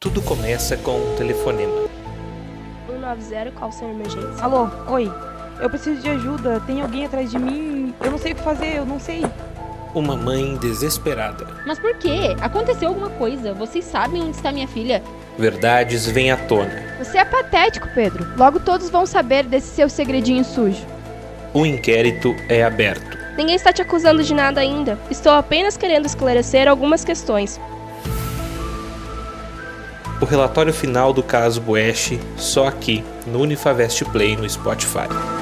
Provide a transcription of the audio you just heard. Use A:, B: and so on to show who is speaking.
A: Tudo começa com um telefonema.
B: 190, qual sua emergência?
C: Alô, oi. Eu preciso de ajuda. Tem alguém atrás de mim? Eu não sei o que fazer, eu não sei.
A: Uma mãe desesperada.
D: Mas por quê? Aconteceu alguma coisa? Vocês sabem onde está minha filha?
A: Verdades vêm à tona.
E: Você é patético, Pedro. Logo todos vão saber desse seu segredinho sujo.
A: O inquérito é aberto.
B: Ninguém está te acusando de nada ainda. Estou apenas querendo esclarecer algumas questões.
A: O relatório final do caso Boesch só aqui no Unifavest Play no Spotify.